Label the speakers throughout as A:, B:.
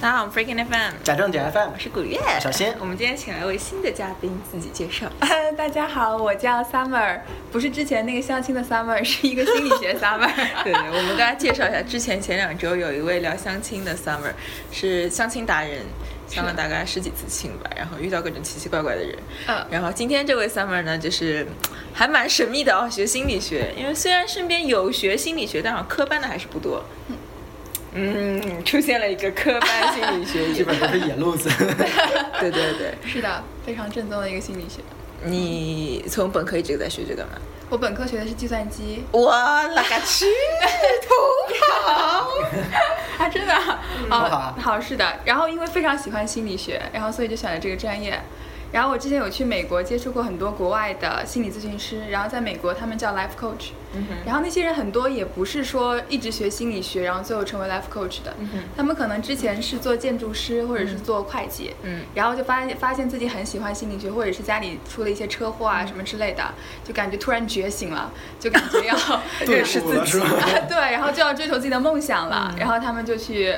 A: 大家好，我们 Freaking FM，
B: 假正经 FM，
A: 我是古月，
B: 小新
A: 我们今天请来一位新的嘉宾，自己介 绍。
C: 大家好，我叫 Summer，不是之前那个相亲的 Summer，是一个心理 学 Summer。
A: 对，我们跟大家介绍一下，之前前两周有一位聊相亲的 Summer，是相亲达人，相了大概十几次亲吧，然后遇到各种奇奇怪怪的人。
C: 嗯
A: 然后今天这位 Summer 呢，就是还蛮神秘的哦，学心理学，因为虽然身边有学心理学，但好像科班的还是不多。嗯，出现了一个科班心理学
B: 基
A: 也，
B: 本都是野路 子。
A: 对对对。
C: 是的，非常正宗的一个心理学。
A: 你从本科一直在学这个吗？
C: 我本科学的是计算机
A: 我勒个 去，土豪！
C: 啊，真的啊、
B: 好吧
C: 好是的。然后因为非常喜欢心理学，然后所以就选了这个专业。然后我之前有去美国接触过很多国外的心理咨询师，然后在美国他们叫 life coach，、然后那些人很多也不是说一直学心理学，然后最后成为 life coach
A: 嗯
C: 的，他们可能之前是做建筑师或者是做会计，
A: 嗯
C: 然后就发现发现自己很喜欢心理学，或者是家里出了一些车祸
A: 嗯
C: 啊什么之类的，就感觉突然觉醒了，就感觉 要
B: 对
C: 认识
B: 付
C: 自
B: 了
C: 己，
B: 是吧
C: 对，然后就要追求自己的梦想了，
A: 嗯
C: 然后他们就去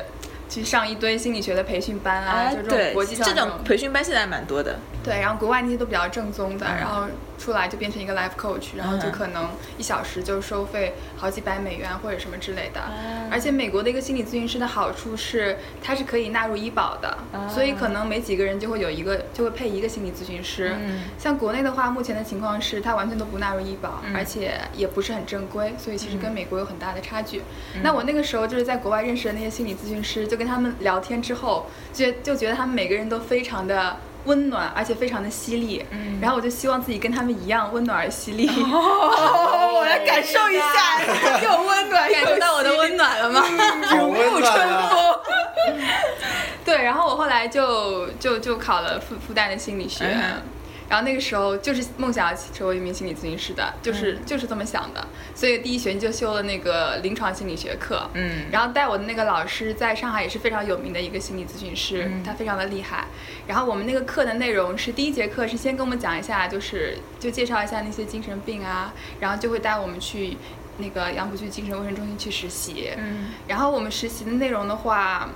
C: 去上一堆心理学的培训班啊，就这种
A: 对
C: 国际，上
A: 这
C: 的
A: 种培训班现在还蛮多的。
C: 对，然后国外那些都比较正宗的，
A: 嗯
C: 然后出来就变成一个 life coach，然后就可能一小时就收费好几百美元或者什么之类的。
A: 啊
C: 而且美国的一个心理咨询师的好处是，它是可以纳入医保的，
A: 啊
C: 所以可能每几个人就会有一个，就会配一个心理咨询师。
A: 嗯
C: 像国内的话，目前的情况是它完全都不纳入医保，
A: 嗯
C: 而且也不是很正规，所以其实跟美国有很大的差距。那我那个时候就是在国外认识的那些心理咨询师，就跟他们聊天之后，觉就觉得他们每个人都非常的。温暖，而且非常的犀利。
A: 嗯
C: 然后我就希望自己跟他们一样温暖而犀利。
A: 哦，我来感受一下， 又温暖，
C: 感觉到我的温暖了吗？
B: 好温暖啊！
C: 对，然后我后来就就就考了复复旦的心理学，
A: 嗯
C: 然后那个时候就是梦想要成为一名心理咨询师的，
A: 嗯
C: 就是、就是这么想的，所以第一学期就修了那个临床心理学课，
A: 嗯
C: 然后带我的那个老师在上海也是非常有名的一个心理咨询师，
A: 嗯
C: 他非常的厉害。然后我们那个课的内容是第一节课是先跟我们讲一下，就是就介绍一下那些精神病啊，然后就会带我们去那个杨浦区精神卫生中心去实习。
A: 嗯
C: 然后我们实习的内容的话，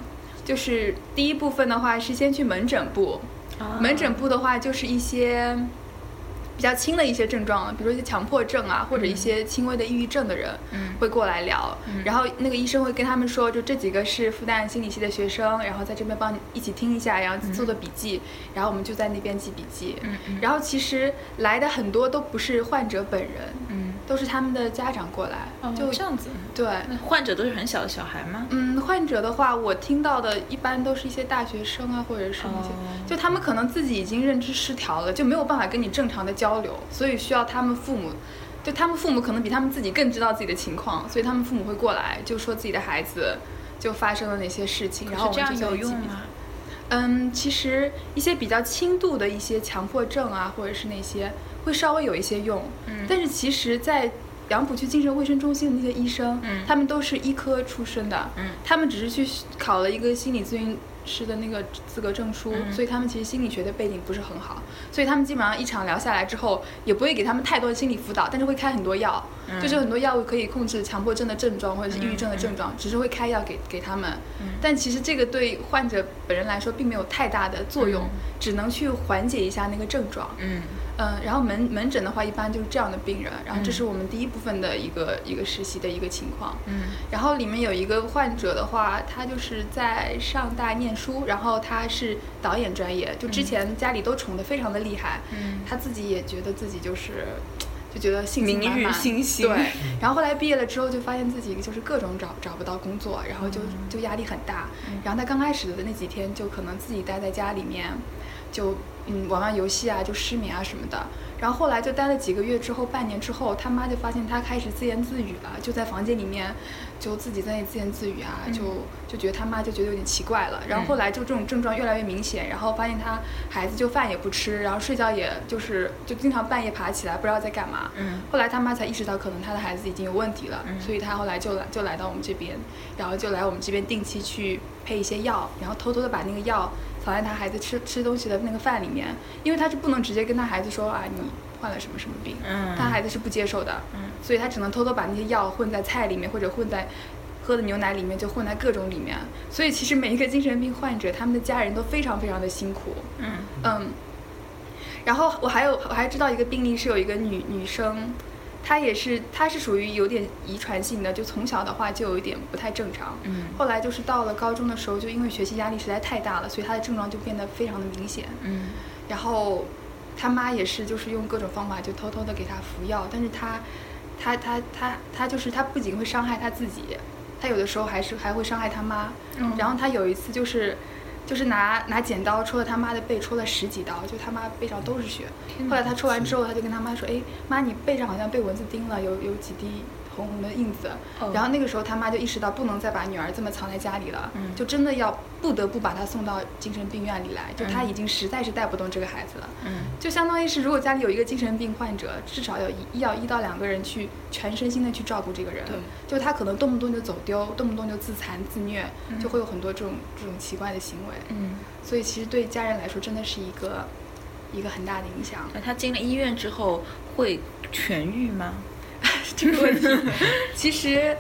C: 就是第一部分的话是先去门诊部，啊
A: 啊
C: 门诊部的话就是一些比较轻的一些症状，比如说一些强迫症啊，或者一些轻微的抑郁症的人，
A: 嗯
C: 会过来聊。然后那个医生会跟他们说，就这几个是复旦心理系的学生，然后在这边帮你一起听一下，然后做做笔记，然后我们就在那边记笔记。
A: 嗯
C: 然后其实来的很多都不是患者本人，
A: 嗯，
C: 都是他们的家长过来，嗯就
A: 哦这样子。
C: 对。
A: 那患者都是很小的小孩吗？
C: 嗯，患者的话，我听到的一般都是一些大学生啊，或者是那些
A: 哦
C: 就他们可能自己已经认知失调了，就没有办法跟你正常的交流，所以需要他们父母，就他们父母可能比他们自己更知道自己的情况，所以他们父母会过来，就说自己的孩子就发生了哪些事情，然后我
A: 可是这
C: 们
A: 样有
C: 就在一起
A: 用
C: 比
A: 吗？
C: 嗯，其实一些比较轻度的一些强迫症啊，或者是那些会稍微有一些用，
A: 嗯
C: 但是其实，在杨浦区精神卫生中心的那些医生，
A: 嗯
C: 他们都是医科出身的，
A: 嗯
C: 他们只是去考了一个心理咨询师的那个资格证书，
A: 嗯
C: 所以他们其实心理学的背景不是很好，所以他们基本上一场聊下来之后，也不会给他们太多的心理辅导，但是会开很多药，
A: 嗯
C: 就是很多药物可以控制强迫症的症状或者是抑郁症的症状，只是会开药给给他们，
A: 嗯
C: 但其实这个对患者本人来说并没有太大的作用，
A: 嗯
C: 只能去缓解一下那个症状。
A: 嗯
C: 嗯，然后门门诊的话，一般就是这样的病人。然后这
A: 嗯
C: 是我们第一部分的一个、一个实习的一个情况。
A: 嗯
C: 然后里面有一个患者的话，他就是在上大念书，然后他是导演专业，就之前家里都宠得非常的厉害，
A: 嗯
C: 他自己也觉得自己就是。就觉得信心
A: 明
C: 满
A: 日
C: 满
A: 星星
C: 对，然后后来毕业了之后，就发现自己就是各种找找不到工作，然后就就压力很大。然后他刚开始的那几天，就可能自己待在家里面，就嗯玩玩游戏啊，就失眠啊什么的。然后后来就待了几个月之后，半年之后，他妈就发现他开始自言自语了，就在房间里面，就自己在那里自言自语啊，就就觉得他妈就觉得有点奇怪了。然后后来就这种症状越来越明显，然后发现他孩子就饭也不吃，然后睡觉也就是就经常半夜爬起来不知道在干嘛。
A: 嗯
C: 后来他妈才意识到可能他的孩子已经有问题了，
A: 嗯
C: 所以他后来就来就来到我们这边，然后就来我们这边定期去配一些药，然后偷偷的把那个药藏在他孩子吃吃东西的那个饭里面，因为他是不能直接跟他孩子说啊你患了什么什么病，
A: 嗯
C: 他孩子是不接受的，
A: 嗯
C: 所以他只能偷偷把那些药混在菜里面或者混在。喝的牛奶里面就混在各种里面，所以其实每一个精神病患者，他们的家人都非常非常的辛苦。
A: 嗯
C: 嗯，然后我还有我还知道一个病例是有一个女女生，她也是她是属于有点遗传性的，就从小的话就有一点不太正常。
A: 嗯
C: 后来就是到了高中的时候，就因为学习压力实在太大了，所以她的症状就变得非常的明显。
A: 嗯
C: 然后他妈也是，就是用各种方法就偷偷的给他服药，但是他他他他他就是他不仅会伤害他自己，他有的时候还是还会伤害他妈。
A: 嗯
C: 然后他有一次就是就是拿拿剪刀戳了他妈的背，戳了十几刀，就他妈背上都是血。后来他戳完之后，他就跟他妈说：“哎，妈，你背上好像被蚊子叮了，有有几滴。”红红的印子
A: 哦
C: 然后那个时候他妈就意识到不能再把女儿这么藏在家里了，
A: 嗯
C: 就真的要不得不把她送到精神病院里来，就她
A: 嗯
C: 已经实在是带不动这个孩子了。
A: 嗯
C: 就相当于是，如果家里有一个精神病患者，至少有一要一到两个人去全身心的去照顾这个人
A: 对。
C: 就他可能动不动就走丢，动不动就自残自虐，
A: 嗯
C: 就会有很多这种这种奇怪的行为。
A: 嗯。
C: 所以其实对家人来说，真的是一个一个很大的影响。
A: 那他进了医院之后会痊愈吗？
C: 这个问题， 其实，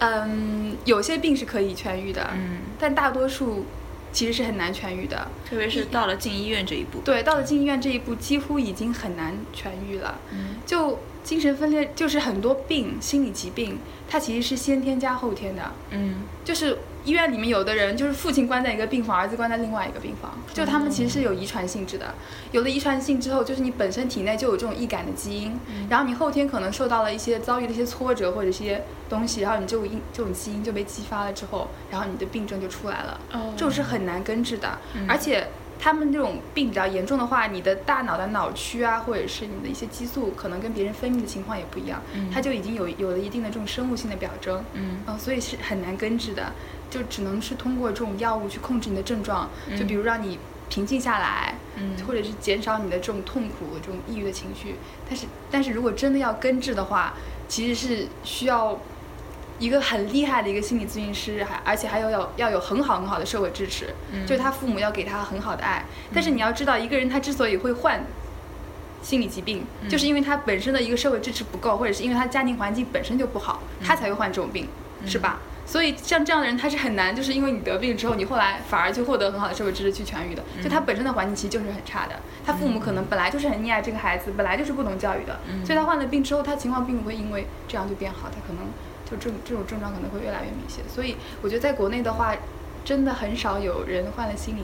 C: 嗯，有些病是可以痊愈的，
A: 嗯
C: 但大多数其实是很难痊愈的。
A: 特别是到了进医院这一步。，
C: 对，到了进医院这一步，几乎已经很难痊愈了。
A: 嗯
C: 就精神分裂，就是很多病，心理疾病，它其实是先天加后天的。
A: 嗯
C: 就是医院里面有的人，就是父亲关在一个病房，儿子关在另外一个病房，就他们其实是有遗传性质的。有了遗传性之后，就是你本身体内就有这种易感的基因，然后你后天可能受到了一些遭遇了一些挫折或者一些东西，然后你这种因这种基因就被激发了之后，然后你的病症就出来了。
A: 哦
C: 这种是很难根治的，
A: 嗯
C: 而且他们这种病比较严重的话，你的大脑的脑区啊，或者是你的一些激素，可能跟别人分泌的情况也不一样，
A: 嗯
C: 它就已经有有了一定的这种生物性的表征，
A: 嗯
C: 嗯，所以是很难根治的，就只能是通过这种药物去控制你的症状，就比如让你平静下来，
A: 嗯
C: 或者是减少你的这种痛苦、这种抑郁的情绪。但是，但是如果真的要根治的话，其实是需要一个很厉害的一个心理咨询师，还而且还要有要有很好很好的社会支持，
A: 嗯
C: 就是他父母要给他很好的爱。但是你要知道，一个人他之所以会患。心理疾病，
A: 嗯
C: 就是因为他本身的一个社会支持不够，或者是因为他家庭环境本身就不好，
A: 嗯
C: 他才会患这种病，是吧？所以像这样的人，他是很难，就是因为你得病之后，你后来反而去获得很好的社会支持去痊愈的。就他本身的环境其实就是很差的，他父母可能本来就是很溺爱这个孩子，本来就是不懂教育的，所以他患了病之后，他情况并不会因为这样就变好，他可能就这种这种症状可能会越来越明显。所以我觉得在国内的话，真的很少有人患了心理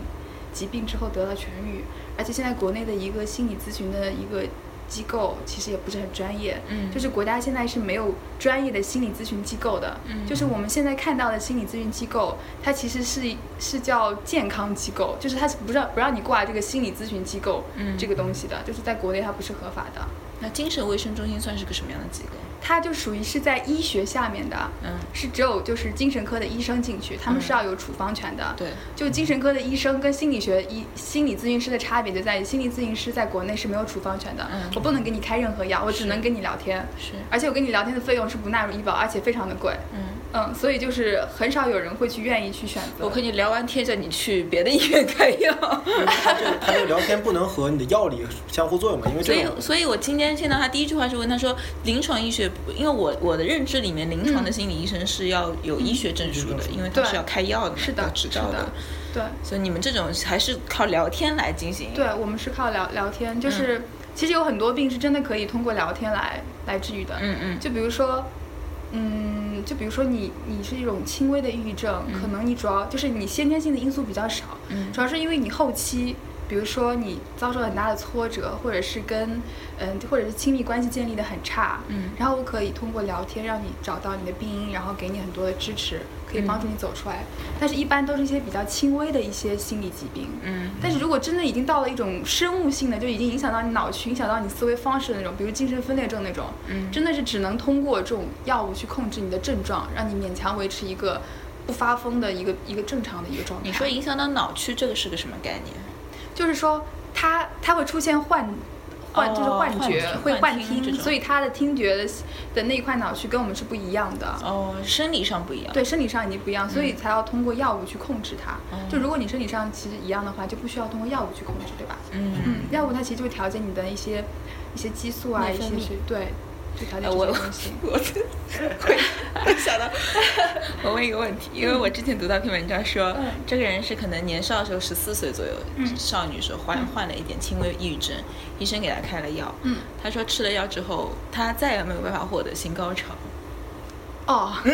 C: 疾病之后得了痊愈，而且现在国内的一个心理咨询的一个机构其实也不是很专业，
A: 嗯
C: 就是国家现在是没有专业的心理咨询机构的，
A: 嗯
C: 就是我们现在看到的心理咨询机构，它其实是是叫健康机构，就是它是不让不让你挂这个心理咨询机构、
A: 嗯
C: 这个东西的，就是在国内它不是合法的，
A: 那精神卫生中心算是个什么样的机构？
C: 它就属于是在医学下面的，
A: 嗯
C: 是只有就是精神科的医生进去，他们
A: 嗯
C: 是要有处方权的，
A: 对
C: 就精神科的医生跟心理学医心理咨询师的差别就在于，心理咨询师在国内是没有处方权的，
A: 嗯
C: 我不能给你开任何药，我只能跟你聊天，
A: 是
C: 而且我跟你聊天的费用是不纳入医保，而且非常的贵，
A: 嗯，
C: 嗯，所以就是很少有人会去愿意去选择。
A: 我跟你聊完天，叫你去别的医院开药。
C: 嗯
B: 他这他这聊天不能和你的药理相互作用嘛，因为
A: 所
B: 这
A: 以
B: 种，
A: 所以我今天见到他第一句话是问他说，临床医学，因为我我的认知里面，临床的心理医生是要有医学证书的，
B: 嗯
A: 因为他
C: 对
A: 是要开药的嘛，
C: 是的
A: 要，执
C: 是
A: 照
C: 的，对
A: 所以你们这种还是靠聊天来进行。
C: 对，我们是靠聊聊天，就是、
A: 嗯
C: 其实有很多病是真的可以通过聊天来来治愈的，
A: 嗯嗯
C: 就比如说，嗯，就比如说你你是一种轻微的抑郁症，可能你主要就是你先天性的因素比较少，
A: 嗯
C: 主要是因为你后期。比如说你遭受很大的挫折，或者是跟嗯，或者是亲密关系建立的很差，
A: 嗯
C: 然后我可以通过聊天让你找到你的病因，然后给你很多的支持，可以
A: 嗯
C: 帮助你走出来。但是，一般都是一些比较轻微的一些心理疾病，
A: 嗯
C: 但是如果真的已经到了一种生物性的，就已经影响到你脑区、影响到你思维方式的那种，比如精神分裂症那种，
A: 嗯
C: 真的是只能通过这种药物去控制你的症状，让你勉强维持一个不发疯的一个一个正常的一个状态。
A: 你说影响到脑区这个是个什么概念？
C: 就是说他他会出现幻幻、就是
A: 哦
C: 幻觉，
A: 幻
C: 会
A: 幻
C: 幻
A: 听这
C: 听，
A: 种
C: 所以他的听觉的的那一块脑区跟我们是不一样的。
A: 哦，生理上不一样。
C: 对，生理上已经不一样，所以才要通过药物去控制它。
A: 哦
C: 就如果你生理上其实一样的话，就不需要通过药物去控制，对吧？
A: 嗯
C: 嗯，药物它其实就会调节你的一些一些激素啊，
A: 内
C: 一
A: 分
C: 些
A: 泌
C: 是对就调节
A: 呃
C: 这
A: 我
C: 些东西。
A: 我会会想到，我问一个问题，因为我之前读到篇文章说，
C: 嗯
A: 这个人是可能年少的时候十四岁左右，
C: 嗯
A: 少女时候患患了一点轻微抑郁症，医生给她开了药，
C: 嗯，
A: 他说吃了药之后，他再也没有办法获得性高 潮，
C: 哦，
A: 嗯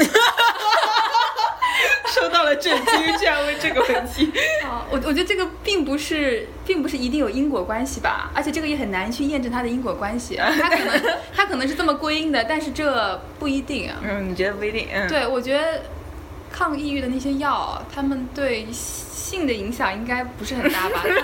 A: 受到了震惊，这样问这个问 题，
C: 哦，我我觉得这个并不是，并不是一定有因果关系吧，而且这个也很难去验证它的因果关系，它可能它可能是这么归因的，但是这不一定啊。
A: 嗯，你觉得不一定，嗯，，
C: 对，我觉得抗抑郁的那些药，他们对性的影响应该不是很大 吧？他们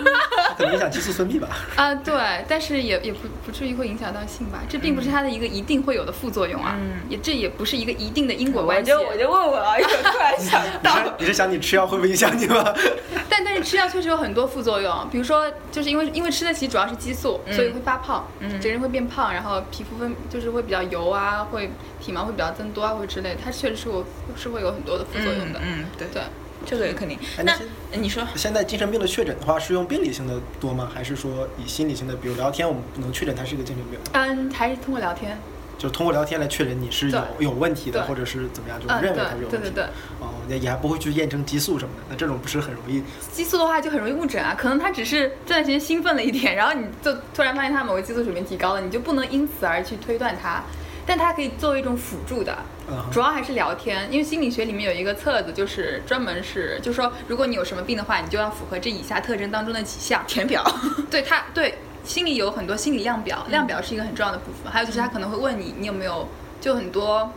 B: 它可能影响激素分泌 吧。
C: 啊、对，但是也也不不至于会影响到性吧？这并不是它的一个一定会有的副作用啊，
A: 嗯
C: 也这也不是一个一定的因果
A: 我
C: 关系。
A: 就我就问问啊，因为我突然想
B: 你
A: 到
B: 是，你是想你吃药会不会影响你吗？
C: 但但是吃药确实有很多副作用，比如说就是因为因为吃得起主要是激素，
A: 嗯
C: 所以会发胖，
A: 嗯
C: 整个人会变胖，然后皮肤分就是会比较油啊，会体毛会比较增多啊，或者之类的，它确实是我是会有很多的副作用的。
A: 嗯，嗯对，
C: 对，啊
A: 这个也肯定。
B: 哎
A: 那呃
B: 那些
A: 你说，
B: 现在精神病的确诊的话，是用病理性的多吗？还是说以心理性的，比如聊天，我们能确诊它是一个精神病，
C: 嗯，还是通过聊天，
B: 就是通过聊天来确诊你是有
C: 对
B: 有问题的，
C: 对
B: 或者是怎么样，就
C: 嗯，
B: 认为它是有
C: 对对
B: 问
C: 对
B: 题
C: 对
B: 的。，哦，也也还不会去验证激素什么的，那这种不是很容易？
C: 激素的话就很容易误诊啊，可能他只是这段时间兴奋了一点，然后你就突然发现他某个激素水平提高了，你就不能因此而去推断它，但它可以作为一种辅助的。
B: 嗯哼，
C: 主要还是聊天，因为心理学里面有一个册子，就是专门是，就是说，如果你有什么病的话，你就要符合这以下特征当中的几项。
A: 填 表，
C: 对它，对心理有很多心理量
B: 嗯
C: 表，量表是一个很重要的部分。还有就是他可能会问你，你有没有就很多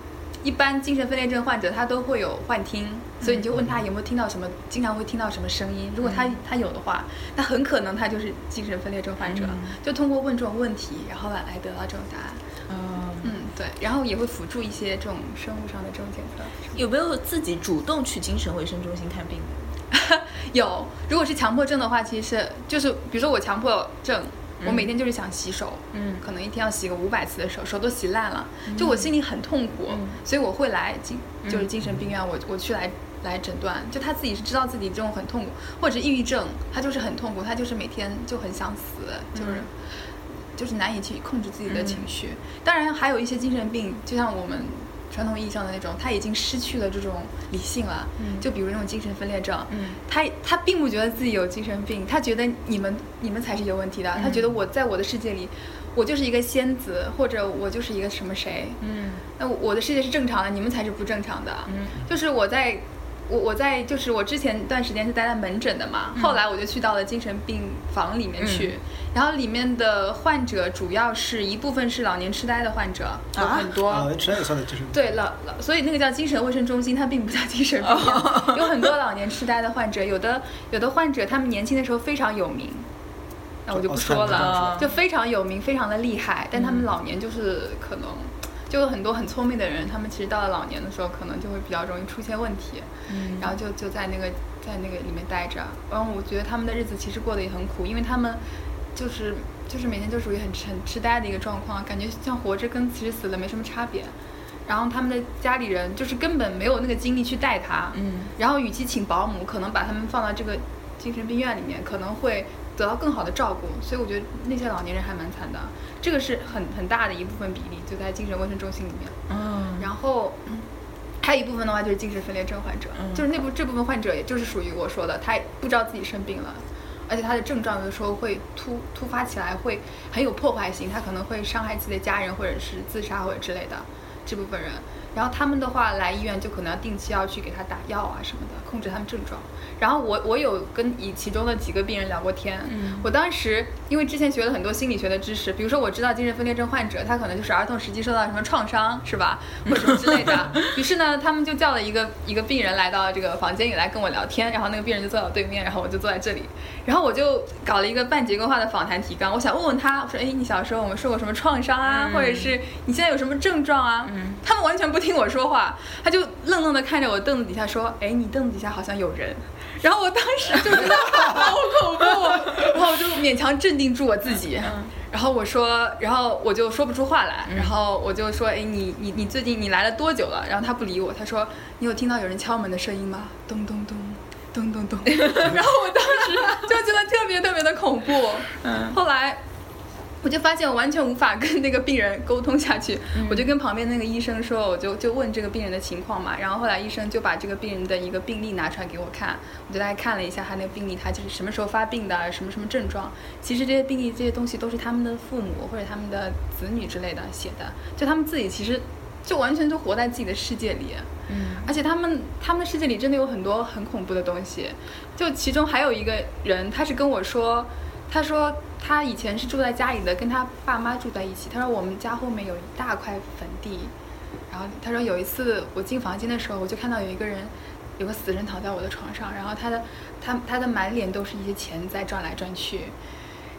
C: 一般精神分裂症患者他都会有幻听，
B: 嗯
C: 所以你就问他有没有听到什么，经常会听到什么声音。如果
B: 嗯
C: 他他有的话，那很可能他就是精神分裂症患者
A: 嗯。
C: 就通过问这种问题，然后来得到这种答案。
A: 嗯，
C: 嗯，对，然后也会辅助一些这种生物上的这种检测。
A: 有没有自己主动去精神卫生中心看病的？
C: 有，如果是强迫症的话，其实是就是比如说我强迫症，我每天就是想洗手，
A: 嗯
C: 可能一天要洗个五百次的手，手都洗烂了，就我心里很痛苦，
A: 嗯
C: 所以我会来精就是
A: 嗯
C: 精神病院，我我去来。来诊断，就他自己是知道自己这种很痛苦，或者是抑郁症，他就是很痛苦，他就是每天就很想死，就是、
A: 嗯
C: 就是难以去控制自己的
A: 嗯
C: 情绪。当然，还有一些精神病，就像我们传统意义上的那种，他已经失去了这种理性了。
A: 嗯
C: 就比如那种精神分裂症，
A: 嗯
C: 他他并不觉得自己有精神病，他觉得你们你们才是有问题的，
A: 嗯
C: 他觉得我在我的世界里，我就是一个仙子，或者我就是一个什么谁，
A: 嗯
C: 那我我的世界是正常的，你们才是不正常的。
A: 嗯
C: 就是我在，我我在，就是我之前一段时间是待在门诊的嘛，
A: 嗯
C: 后来我就去到了精神病房里面去，然后里面的患者主要是一部分是老年痴呆的患者，有
A: 啊
C: 很多。
B: 啊，那吃药也算的精神 病。
C: 对老老，所以那个叫精神卫生中心，它并不叫精神病院有很多老年痴呆的患者，有的有的患者他们年轻的时候非常有名，那我就不说
B: 哦
C: 了，
A: 啊
C: 就非常有名，非常的厉害，但他们老年就是可能。就有很多很聪明的人，他们其实到了老年的时候，可能就会比较容易出现问题，
A: 嗯，
C: 然后就就在那个在那个里面待着。然后我觉得他们的日子其实过得也很苦，因为他们就是就是每天就属于很很痴呆的一个状况，感觉像活着跟其实死了没什么差别。然后他们的家里人就是根本没有那个精力去带他，
A: 嗯，
C: 然后与其请保姆，可能把他们放到这个精神病院里面，可能会得到更好的照顾。所以我觉得那些老年人还蛮惨的，这个是很很大的一部分比例就在精神卫生中心里面。
A: 嗯，
C: 然后嗯还有一部分的话就是精神分裂症患者，
A: 嗯
C: 就是那部这部分患者，也就是属于我说的，他不知道自己生病了。而且他的症状有的时候会突突发起来，会很有破坏性，他可能会伤害自己的家人，或者是自杀或者之类的，这部分人。然后他们的话来医院就可能要定期要去给他打药啊什么的，控制他们症状。然后我我有跟以其中的几个病人聊过天，
A: 嗯
C: 我当时因为之前学了很多心理学的知识，比如说我知道精神分裂症患者他可能就是儿童时期受到什么创伤是吧，或者什么之 类的。于是呢，他们就叫了一个一个病人来到这个房间里来跟我聊天，然后那个病人就坐在我对面，然后我就坐在这里，然后我就搞了一个半结构化的访谈提纲，我想问问他，我说哎，你小时候我们受过什么创伤啊，
A: 嗯
C: 或者是你现在有什么症状啊？
A: 嗯
C: 他们完全不听我说话，他就愣愣的看着我凳子底下说：“哎，你凳子底下好像有人。”然后我当时就觉得好恐怖，然后我就勉强镇定住我自己。然后我说，然后我就说不出话来，然后我就说，哎，你你你最近你来了多久了？然后他不理我，他说，你有听到有人敲门的声音吗？咚咚咚，咚咚 咚。然后我当时就觉得特别特别的恐怖。
A: 嗯
C: 后来我就发现我完全无法跟那个病人沟通下去，我就跟旁边那个医生说，我就就问这个病人的情况嘛，然后后来医生就把这个病人的一个病历拿出来给我看，我就大概看了一下他那个病历，他就是什么时候发病的，什么什么症状。其实这些病历这些东西都是他们的父母或者他们的子女之类的写的，就他们自己其实就完全就活在自己的世界里。
A: 嗯
C: 而且他们他们的世界里真的有很多很恐怖的东西，就其中还有一个人，他是跟我说，他说他以前是住在家里的，跟他爸妈住在一起。他说我们家后面有一大块坟地，然后他说有一次我进房间的时候，我就看到有一个人，有个死人躺在我的床上，然后他的他他的满脸都是一些钱在转来转去，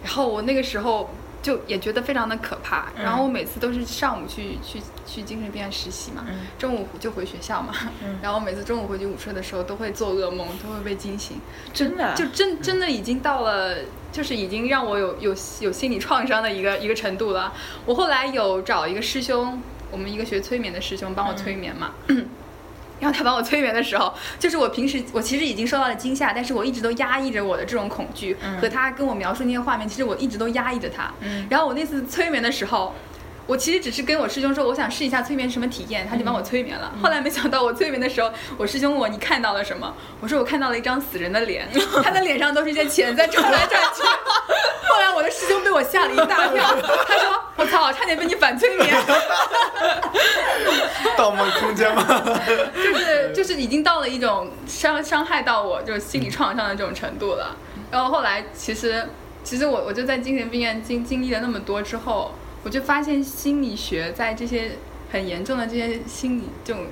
C: 然后我那个时候。就也觉得非常的可怕，
A: 嗯
C: 然后我每次都是上午去去去精神病院实习嘛，
A: 嗯
C: 中午就回学校嘛，
A: 嗯
C: 然后每次中午回去午睡的时候都会做噩梦，都会被惊醒，
A: 真的啊
C: 就真真的已经到了，就是已经让我有有有心理创伤的一个一个程度了。我后来有找一个师兄，我们一个学催眠的师兄帮我催眠嘛。
A: 嗯
C: 然后他帮我催眠的时候，就是我平时我其实已经受到了惊吓，但是我一直都压抑着我的这种恐惧、
A: 嗯
C: 和他跟我描述那些画面，其实我一直都压抑着它。
A: 嗯
C: 然后我那次催眠的时候，我其实只是跟我师兄说，我想试一下催眠什么体验，他就帮我催眠了。后来没想到我催眠的时候，我师兄问我你看到了什么？我说我看到了一张死人的脸，他的脸上都是一些钱在转来转去。后来我的师兄被我吓了一大跳，他说我操，差点被你反催眠，
B: 盗梦空间吗？
C: 就是就是已经到了一种伤伤害到我就是心理创伤的这种程度了。然后后来其实其实我我就在精神病院经经历了那么多之后，我就发现心理学在这些很严重的这些心理这种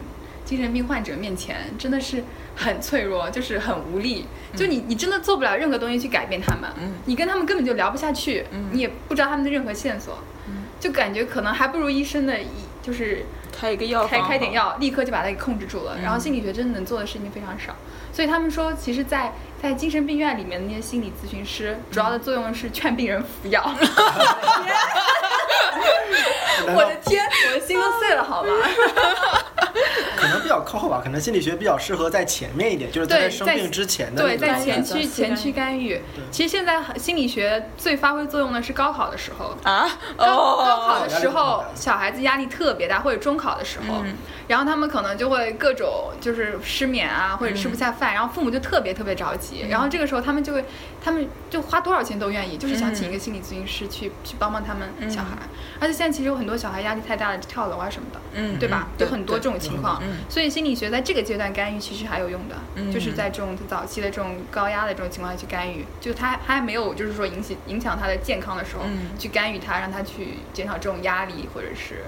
C: 精神病患者面前真的是很脆弱，就是很无力。就你你真的做不了任何东西去改变他们，
A: 嗯
C: 你跟他们根本就聊不下去，
A: 嗯
C: 你也不知道他们的任何线索，
A: 嗯
C: 就感觉可能还不如医生的一就是
A: 开一个药
C: 开
A: 方
C: 开点
A: 好
C: 药，立刻就把它给控制住了。然后
A: 嗯
C: 心理学真的能做的事情非常少，所以他们说，其实在，在精神病院里面的那些心理咨询师，主要的作用是劝病人服药。
B: 难
C: 我
B: 道
C: 的天，我的心都碎了，好吗？
B: 可能比较靠后吧？可能心理学比较适合在前面一点，就是
C: 对，
B: 在生
C: 在
B: 病之前的那
C: 对，
B: 个
C: 在
B: 阶段
C: 前期前期干预。其实现在心理学最发挥作用的是高考的时候，
A: 啊
C: 高
A: 哦，
C: 高考的时候
B: 压力很大，
C: 小孩子压力特别大，或者中考的时候
A: 嗯，
C: 然后他们可能就会各种就是失眠啊，或者吃不下
A: 嗯
C: 饭，然后父母就特别特别着急，然后这个时候他们就会，他们就花多少钱都
A: 嗯
C: 愿意，就是想请一个心理咨询师去去帮帮他们小孩，而且现在其实有很多小孩压力太大了，跳楼啊什么的，
A: 嗯
C: 对
A: 嗯
C: 吧？有很多这种情况
A: 嗯，
C: 所以心理学在这个阶段干预其实还有用的，
A: 嗯
C: 就是在这种早期的这种高压的这种情况下去干预，就他他还没有就是说影响影响他的健康的时候，
A: 嗯
C: 去干预他，让他去减少这种压力，或者是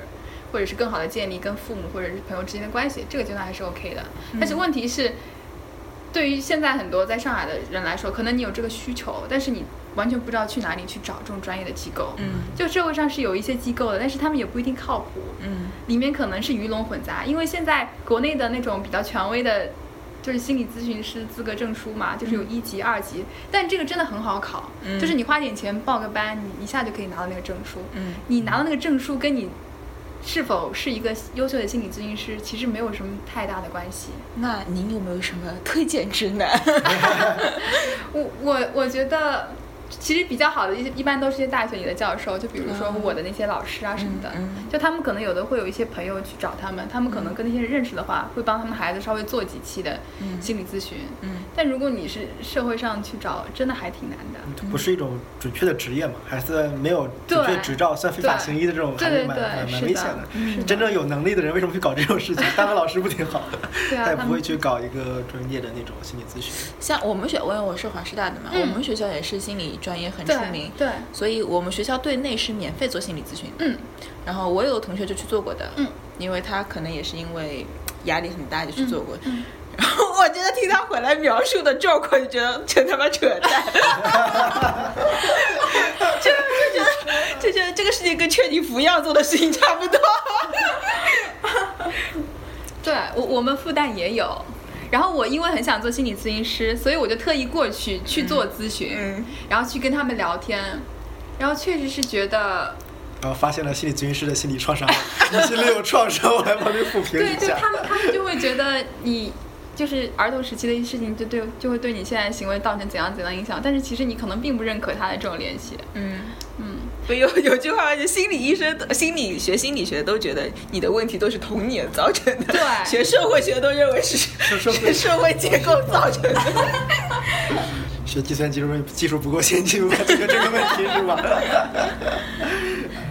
C: 或者是更好的建立跟父母或者是朋友之间的关系，这个阶段还是 OK 的。但是问题是，对于现在很多在上海的人来说，可能你有这个需求，但是你完全不知道去哪里去找这种专业的机构。
A: 嗯
C: 就社会上是有一些机构的，但是他们也不一定靠谱。
A: 嗯
C: 里面可能是鱼龙混杂，因为现在国内的那种比较权威的，就是心理咨询师资格证书嘛，就是有一级、二级，但这个真的很好考，
A: 嗯
C: 就是你花点钱报个班，你一下就可以拿到那个证书。
A: 嗯
C: 你拿到那个证书跟你是否是一个优秀的心理咨询师，其实没有什么太大的关系。
A: 那您有没有什么推荐指南？
C: 我我我觉得。其实比较好的一一般都是一些大学里的教授，就比如说
A: 嗯
C: 我的那些老师啊什么的，
A: 嗯嗯
C: 就他们可能有的会有一些朋友去找他们，他们可能跟那些人认识的话，会帮他们孩子稍微做几期的
A: 嗯
C: 心理咨询。
A: 嗯
C: 但如果你是社会上去找，真的还挺难的。
B: 不是一种准确的职业嘛，还是没有准确
C: 对
B: 执照算非法
C: 对
B: 行医的这种，还
C: 对
B: 是
C: 对
B: 蛮
C: 对
B: 蛮
C: 是
B: 蛮
C: 的
B: 危险的
C: 是的。
B: 真正有能力的人为什么去搞这种事 情？当个老师不挺好的？
C: 对啊
B: 他也
C: 他
B: 不会
C: 们
B: 去搞一个专业的那种心理咨询。
A: 像我们学，因为我是华师大的嘛，
C: 嗯
A: 我们学校也是心理专业很出
C: 对
A: 名，
C: 对，
A: 所以我们学校对内是免费做心理咨询的。
C: 嗯
A: 然后我有同学就去做过的，
C: 嗯，
A: 因为他可能也是因为压力很大就去做过。
C: 嗯
A: 然后我觉得听他回来描述的状况，就觉得全他妈扯 淡， 就就觉得就觉得这个事情跟劝你服药做的事情差不多。
C: 对我我们复旦也有。然后我因为很想做心理咨询师，所以我就特意过去去做咨询，
A: 嗯
C: 然后去跟他们聊天，然后确实是觉得
B: 然后发现了心理咨询师的心理创伤，你心里有创伤，我来帮你抚平
C: 对
B: 一
C: 对，
B: 下。
C: 他们他们就会觉得你就是儿童时期的一些事情，就对就会对你现在的行为造成怎样怎样的影响，但是其实你可能并不认可他的这种联系。
A: 嗯
C: 嗯，
A: 不有 有句话就心理医生、心理学、心理学都觉得你的问题都是童年造成的，
C: 对
A: 学社会学都认为是
B: 社会
A: 是 社会结构造成的。
B: 学计算机术技术不够先进，无法解决这个问题是吧？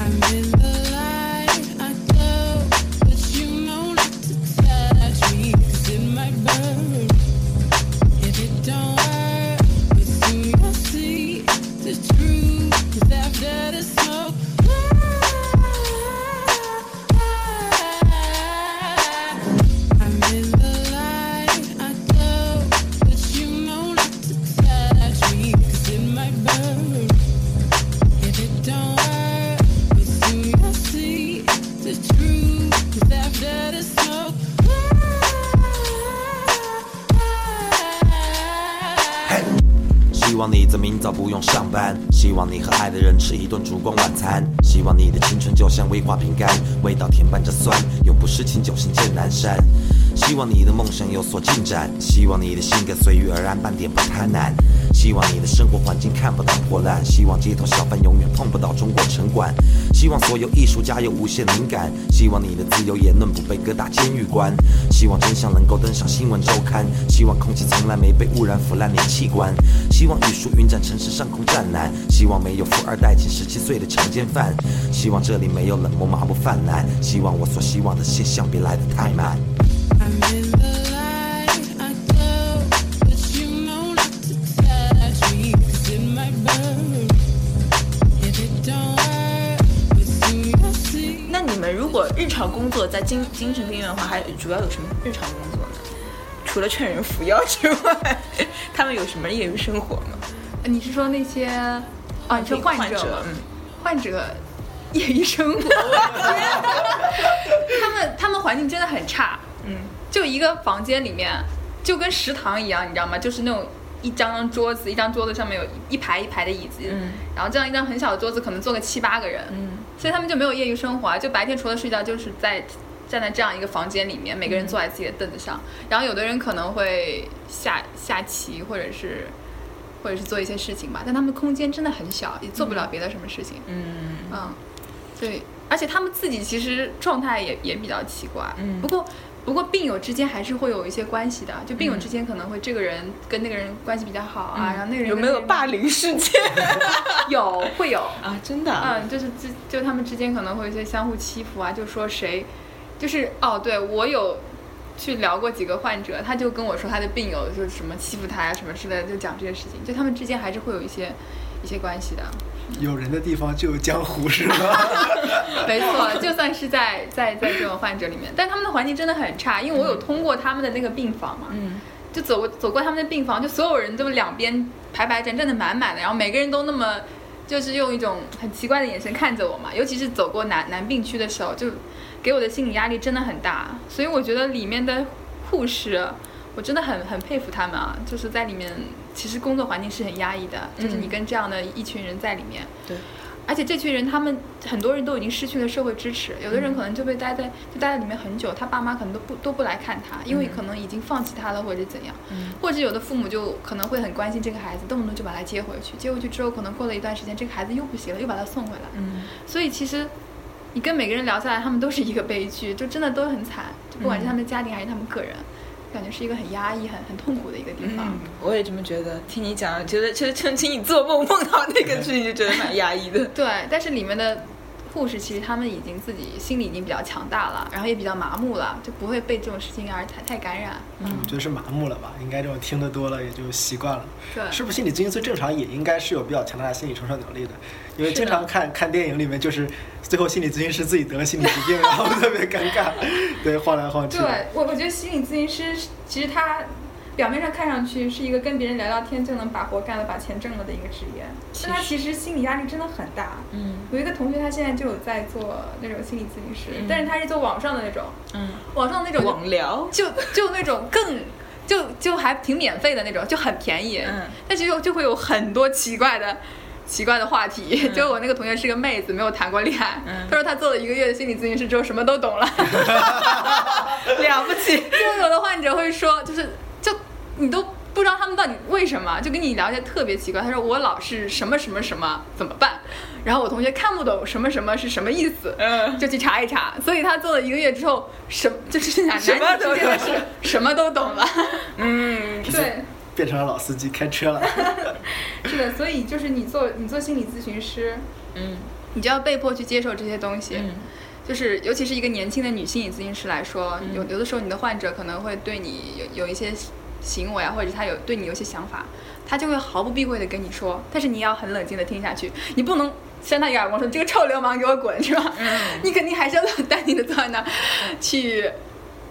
D: I'm in the light, I glow, but you know not to touch me, 'cause it might burn. If it don't work, but soon you'll see the truth is after the smoke. I'm in the light, I glow, but you know not to touch me, 'cause it might burn. If it don't work, we soon you'll see the truth is after the smoke. Hey.
E: 希望你这明早不用上班，希望你和爱的人吃一顿烛光晚餐，希望你的青春就像威化饼干，味道甜伴着酸，又不是清酒行剑南山。希望你的梦想有所进展，希望你的性格随遇而安，半点不贪婪。希望你的生活环境看不到破烂，希望街头小贩永远碰不到中国城管，希望所有艺术家有无限灵感，希望你的自由言论不被各大监狱关，希望真相能够登上新闻周刊，希望空气从来没被污染腐烂你的器官，希望雨树云展城市上空湛蓝，希望没有富二代近十七岁的强奸犯，希望这里没有冷漠麻木泛滥，希望我所希望的现象别来得太慢。
D: I'm in the light, I glow, but you know not to touch me, 'cause it might burn. If it don't work, we soon you'll see.
A: 那你们如果日常工作在精精神病院的话，还主要有什么日常工作呢？除了劝人服药之外， 他们有什么业余生活吗？
C: 呃你是说那些啊？你说
A: 患
C: 患者
A: 者
C: 吗
A: 嗯
C: 患者业余生 活，他们他们环境真的很差，嗯，就一个房间里面就跟食堂一样，你知道吗？就是那种。一张张桌子，一张桌子上面有一排一排的椅子，
A: 嗯
C: 然后这样一张很小的桌子可能坐个七八个人，
A: 嗯，
C: 所以他们就没有业余生活啊，就白天除了睡觉就是在站在这样一个房间里面，每个人坐在自己的凳子上，
A: 嗯
C: 然后有的人可能会下下棋或者是或者是做一些事情吧，但他们空间真的很小，也做不了别的什么事情，
A: 嗯，
C: 嗯，对，而且他们自己其实状态也也比较奇怪。
A: 嗯
C: 不过不过病友之间还是会有一些关系的，就病友
A: 嗯
C: 之间可能会这个人跟那个人关系比较好啊，然后那个人
A: 有
C: 跟
A: 没有
C: 那个人
A: 霸凌事件
C: 有会有，
A: 啊？真的啊，
C: 嗯，就是之就他们之间可能会有一些相互欺负啊，就说谁，就是哦，对我有。去聊过几个患者，他就跟我说他的病友就是什么欺负他呀、什么之类的，就讲这些事情，就他们之间还是会有一些一些关系的。
B: 有人的地方就有江湖是吧？
C: 没错，就算是在在在这种患者里面，但他们的环境真的很差，因为我有通过他们的那个病房嘛，
A: 嗯，
C: 就走过走过他们的病房，就所有人都两边排排站，站得满满的，然后每个人都那么，就是用一种很奇怪的眼神看着我嘛，尤其是走过男男病区的时候，就给我的心理压力真的很大，所以我觉得里面的护士。我真的很很佩服他们啊，就是在里面，其实工作环境是很压抑的，就是你跟这样的一群人在里面，
A: 对，
C: 而且这群人，他们很多人都已经失去了社会支持，
A: 嗯
C: 有的人可能就被待在就待在里面很久，他爸妈可能都不都不来看他，因为可能已经放弃他了，或者是怎样，
A: 嗯
C: 或者有的父母就可能会很关心这个孩子，动不动就把他接回去，接回去之后，可能过了一段时间，这个孩子又不行了，又把他送回来，
A: 嗯
C: 所以其实你跟每个人聊下来，他们都是一个悲剧，就真的都很惨，就不
A: 嗯
C: 管是他们的家庭还是他们个人，感觉是一个很压抑、很很痛苦的一个地方。
A: 嗯，我也这么觉得。听你讲，觉得就就听你做梦梦到那个事情，就觉得蛮压抑 的。
C: 对，但是里面的护士其实他们已经自己心理已经比较强大了，然后也比较麻木了，就不会被这种事情而太太感染。
A: 嗯
C: 嗯
B: 我觉得是麻木了吧，应该这种听得多了也就习惯了。
C: 对
B: 是不是心理咨询师正常也应该是有比较强大的心理承受能力的？因为
C: 是
B: 经
C: 的
B: 常看看电影里面，就是最后心理咨询师自己得了心理疾病， 然后特别尴尬，对，晃来晃去。
C: 对我，我觉得心理咨询师其实他表面上看上去是一个跟别人聊聊天就能把活干了、把钱挣了的一个职业，但他其实心理压力真的很大。
A: 嗯
C: 有一个同学，他现在就有在做那种心理咨询师，
A: 嗯
C: 但是他是做网上的那种，
A: 嗯，
C: 网上的那种就
A: 网聊，
C: 就就那种更就就还挺免费的那种，就很便宜，
A: 嗯
C: 但是又就会有很多奇怪的。奇怪的话题，就我那个同学是个妹子，没有谈过恋爱。
A: 嗯
C: 她说她做了一个月的心理咨询师之后，什么 都懂了。
A: 了不起。
C: 就有的患者会说，就是就你都不不知道他们到底为什么，就跟你聊一些特别奇怪。他说我老是什么什么什么怎么办？然后我同学看不懂什么什么是什么意思，
A: 嗯
C: 就去查一查。所以他做了一个月之后，什就是 男
A: 哎什么
C: 男女
A: 都
C: 之间的
A: 懂
C: 事 什么都懂了。
A: 嗯，
C: 对，
B: 变成了老司机开车 了。
C: 是的，所以就是你做你做心理咨询师，
A: 嗯
C: 你就要被迫去接受这些东西。
A: 嗯
C: 就是，尤其是一个年轻的女心理咨询师来说，有有的时候你的患者可能会对你有有一些行为啊，或者是他有对你有一些想法，他就会毫不避讳的跟你说，但是你要很冷静的听下去，你不能扇他一个耳光说你这个臭流氓给我滚是吧？你肯定还是要冷淡定的坐在那儿去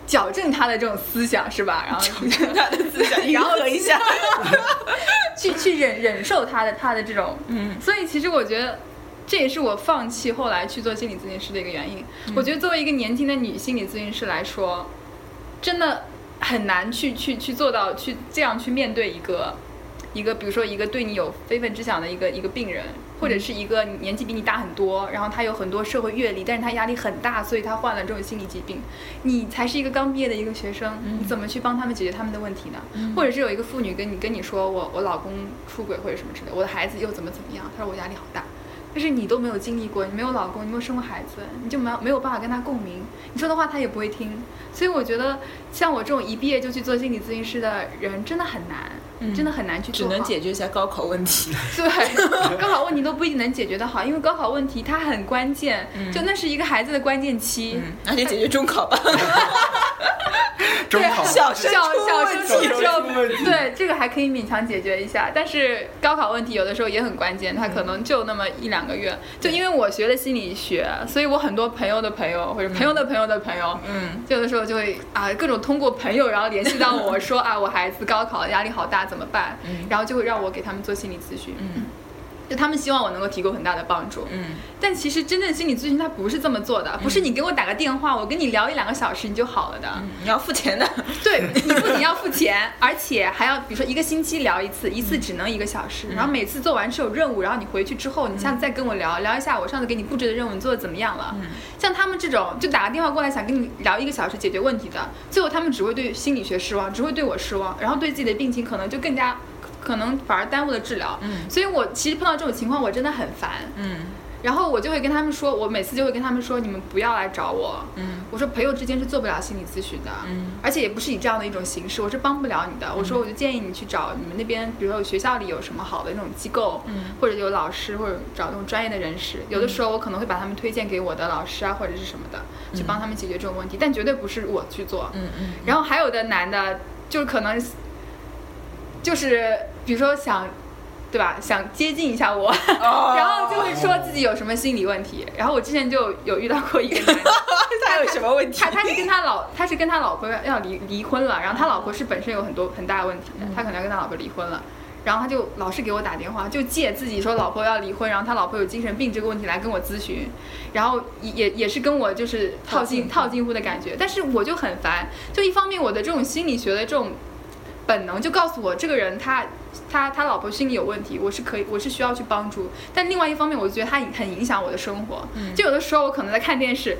C: 矫正他的这种思想是吧？然后矫正他的思想然
A: 迎
C: 后
A: 合一下，
C: 去去忍忍受他的他的这种，嗯，所以其实我觉得。这也是我放弃后来去做心理咨询师的一个原因。我觉得作为一个年轻的女心理咨询师来说，真的很难去去去做到去这样去面对一个一个，比如说一个对你有非分之想的一个一个病人，或者是一个年纪比你大很多，然后他有很多社会阅历，但是他压力很大，所以他患了这种心理疾病。你才是一个刚毕业的一个学生，
A: 嗯
C: 你怎么去帮他们解决他们的问题呢？或者是有一个妇女跟你跟你说我我老公出轨或者什么之类，我的孩子又怎么怎么样，她说我压力好大。但是你都没有经历过，你没有老公，你没有生过孩子，你就没有没有办法跟他共鸣，你说的话他也不会听。所以我觉得，像我这种一毕业就去做心理咨询师的人，真的很难，真的很难去
A: 嗯只
C: 做好。
A: 能解决一下高考问题。
C: 对， 高考问题都不一定能解决得好，因为高考问题它很关键，就那是一个孩子的关键 期。
A: 嗯，那就解决中考吧。
B: 中考
C: 对
A: 小
C: 小
A: 升初
C: 小
A: 问
C: 升
A: 题
C: 初之后
B: 小升初问，题
C: 对这个还可以勉强解决一下，但是高考问题有的时候也很关键，它
A: 嗯
C: 可能就那么一两个月。就因为我学了心理学，所以我很多朋友的朋友或者朋友的朋友的朋友，
A: 嗯，
C: 有的时候就会啊各种通过朋友然后联系到我说啊我孩子高考压力好大怎么办，然后就会让我给他们做心理咨询。
A: 嗯
C: 就他们希望我能够提供很大的帮助，
A: 嗯，
C: 但其实真正心理咨询它不是这么做的，不是你给我打个电话，我跟你聊一两个小时你就好了的，
A: 你要付 钱的。
C: 对，你不仅要付钱，而且还要比如说一个星期聊一次，一次只能一个小
A: 嗯
C: 时，然后每次做完是有任务，然后你回去之后，你下次再跟我聊、聊一下我上次给你布置的任务你做的怎么样了。
A: 嗯
C: 像他们这种就打个电话过来想跟你聊一个小时解决问题的，最后他们只会对心理学失望，只会对我失望，然后对自己的病情可能就更加。可能反而耽误了治疗，
A: 嗯
C: 所以我其实碰到这种情况我真的很烦，
A: 嗯
C: 然后我就会跟他们说，我每次就会跟他们说，你们不要来找我。
A: 嗯，
C: 我说朋友之间是做不了心理咨询的，
A: 嗯，
C: 而且也不是以这样的一种形式，我是帮不了你的。我说我就建议你去找你们那边，比如说有学校里有什么好的那种机构，
A: 嗯，
C: 或者有老师，或者找那种专业的人士。有的时候我可能会把他们推荐给我的老师啊，或者是什么的，去帮他们解决这种问题，但绝对不是我去做。
A: 嗯嗯，
C: 然后还有的男的，就是可能就是比如说想，对吧？想接近一下我，
A: 哦
C: 然后就会说自己有什么心理问题。然后我之前就有遇到过一个男的，
A: 他有什么问题
C: 他？他是跟他老他是跟他老婆要离离婚了，然后他老婆是本身有很多很大的问题的，他可能要跟他老婆离婚了。然后他就老是给我打电话，就借自己说老婆要离婚，然后他老婆有精神病这个问题来跟我咨询，然后也也也是跟我就是套近套近乎的感觉，但是我就很烦，就一方面我的这种心理学的这种本能就告诉我，这个人他他他老婆心理有问题，我是可以，我是需要去帮助。但另外一方面，我就觉得他很影响我的生活。就有的时候我可能在看电视，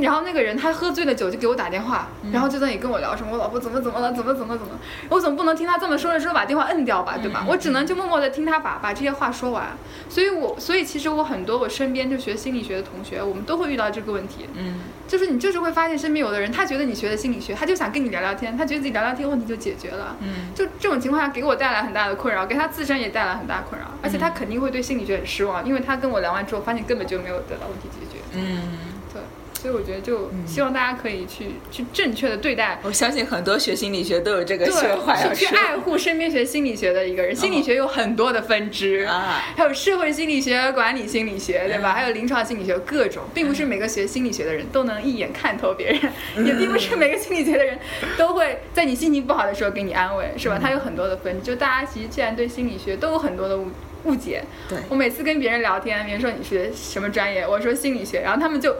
C: 然后那个人他喝醉了酒就给我打电话，然后就在那里跟我聊什么我老婆怎么怎么了，怎么怎么怎么，我总不能听他这么说的时候把电话摁掉吧，对吧？我只能就默默的听他把把这些话说完。所以我所以其实我很多我身边就学心理学的同学，我们都会遇到这个问题。
A: 嗯，
C: 就是你就是会发现身边有的人，他觉得你学的心理学，他就想跟你聊聊天，他觉得自己聊聊天问题就解决了。
A: 嗯，
C: 就这种情况下给我带来很大的困扰，给他自身也带来很大困扰，而且他肯定会对心理学很失望，因为他跟我聊完之后发现根本就没有得到问题解决。
A: 嗯，
C: 对，所以我觉得就希望大家可以去、去正确的对待。
A: 我相信很多学心理学都有这个 学坏
C: 对，
A: 嗯要
C: 是去
A: 说哦
C: 爱护身边学心理学的一个人。心理学有很多的分支
A: 啊
C: 还有社会心理学、管理心理学，对吧？还有临床心理学，各种，并不是每个学心理学的人都能一眼看透别人， 也并不是每个心理学的人都会在你心情不好的时候给你安慰，是吧？它有很多的分支，就大家其实既然对心理学都有很多的误误解。
A: 对
C: 我每次跟别人聊天，别人说你学什么专业，我说心理学，然后他们就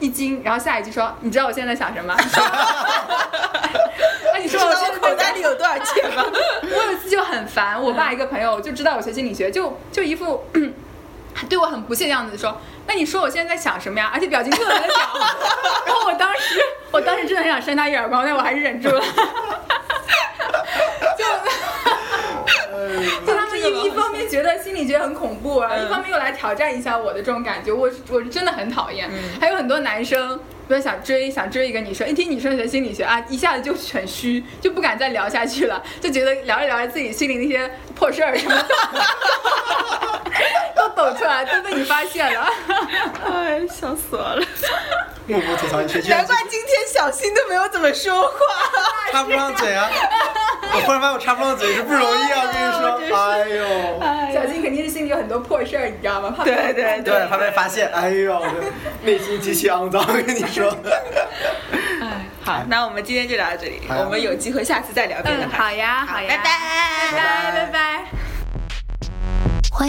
C: 一惊，然后下一句说，你知道我现在在想什么？ 啊哎，你
A: 知
C: 说
A: 道
C: 我现
A: 我
C: 在
A: 口
C: 在
A: 袋
C: 想
A: 里有多少钱吗？
C: 我有一次就很烦，我爸一个朋友就知道我学心理学，就就一副对我很不屑的样子说：“那你说我现在在想什么呀？”而且表情特别的小。 然后我当时，我
A: 哎
C: 当时真的很想扇他一耳光，但我还是忍住了。就
A: 这个吧
C: 一一方面觉得心理学很恐怖，然后
A: 嗯
C: 一方面又来挑战一下我的这种感觉，我是我是真的很讨厌。
A: 嗯
C: 还有很多男生，比如想追想追一个女生，一听女生学心理学啊，一下子就很虚，就不敢再聊下去了，就觉得聊着聊着自己心里那些破事儿什么的 都抖出来，都被你发现了。
A: 哎，笑死我了！
B: 默默吐槽你学
A: 难
B: 院
A: 怪今天小新都没有怎么说话。
B: 插不上 嘴啊！我忽然发现我插不上嘴是不容易啊！我跟你说，哎呦，
C: 小新肯定是心里有很多破事儿，你知道吗？怕被
A: 对对
B: 对，怕被发现，哎呦，我的内心极其肮脏，我跟你 说。
A: 好，那我们今天就聊到这里，
B: 好呀
A: 我们有机会下次再聊别的
C: 嗯，
A: 话
C: 好
A: 题。
C: 呀，好呀，
A: 拜拜
C: 拜拜，拜拜。
F: 欢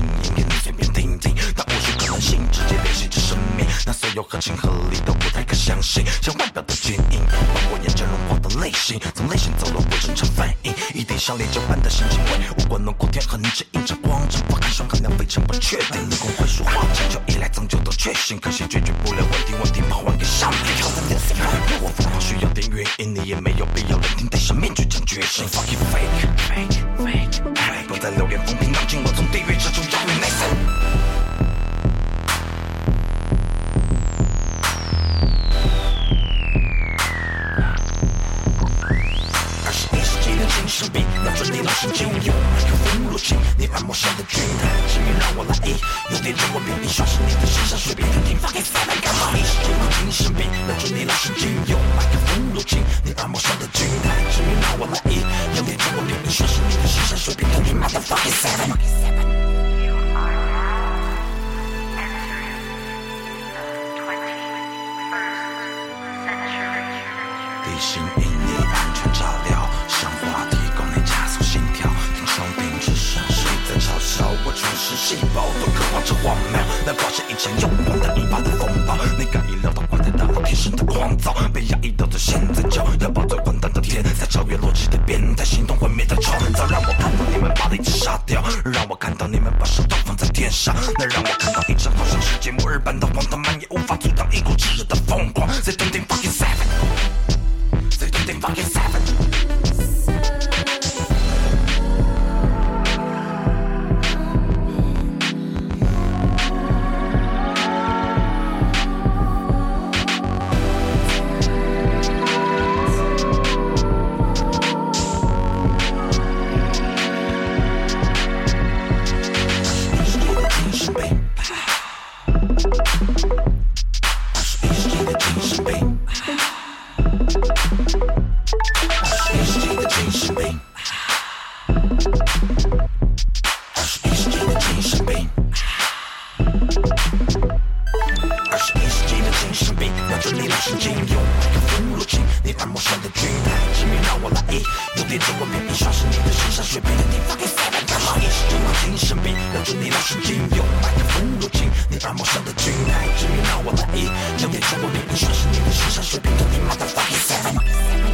E: 音给你随便听听，但无需可能性，直接联系着生命。那所有合情合理都不太可相信，像外表的军印，把我眼前融化的类型，从内心走了我正常反应，一定像烈酒般的心情味，无关轮廓天痕，指引着光，这不寒霜衡量非常不确定。人工会说话，强求依赖增就的确信，可惜解决不了问题，问题抛还给上帝。我疯狂需要点原因，你也没有必要聆听，带上面具讲决心。Fuck you fake fake fake，哎不再流连风平浪静，我从地狱之中摇你内心。二十一世纪的精神病，瞄准你脑神经，用麦克风入侵你耳膜上的菌，请你让我来一，有点让我免疫，刷新你的肾上腺病，听发给塞满感冒。一世纪的精神病，瞄准你脑神经，用麦克风入侵你耳膜上的菌，请你让我来一，有点让我免疫，刷新你的肾上腺病，听妈的发给塞满。地心引力安全照料，生化提供你加速心跳，听窗顶之声，谁在嘲笑我全是细胞都刻画着荒谬，来发现以前用光的引发的风暴，你敢意料到会带到了天生的狂躁，被压抑到的现在就要把最混蛋的天才超越逻辑的变态，行动毁灭的创造，让我看到你们把理智杀掉，让我看到你们把手段放在天上，那让我看到一场好像世界末日般的荒唐蔓延，无法阻挡一股炙热的疯狂，They don't think fucking seven。They think they fucking savage. Bing. 二十一世纪的精神病，二十一世纪的精神病，二十一世纪的精神病，瞄准你脑神经，用麦克风入侵你耳膜上的菌，请你让我来一，有点中文免疫，刷新你的肾上腺病，你 fucking seven，干嘛？一世纪的精神病，瞄准你脑神经，用麦克风入侵你耳膜上的菌，请你让我来一，有点中文免疫，刷新你的肾上腺病，你 motherfucking seven。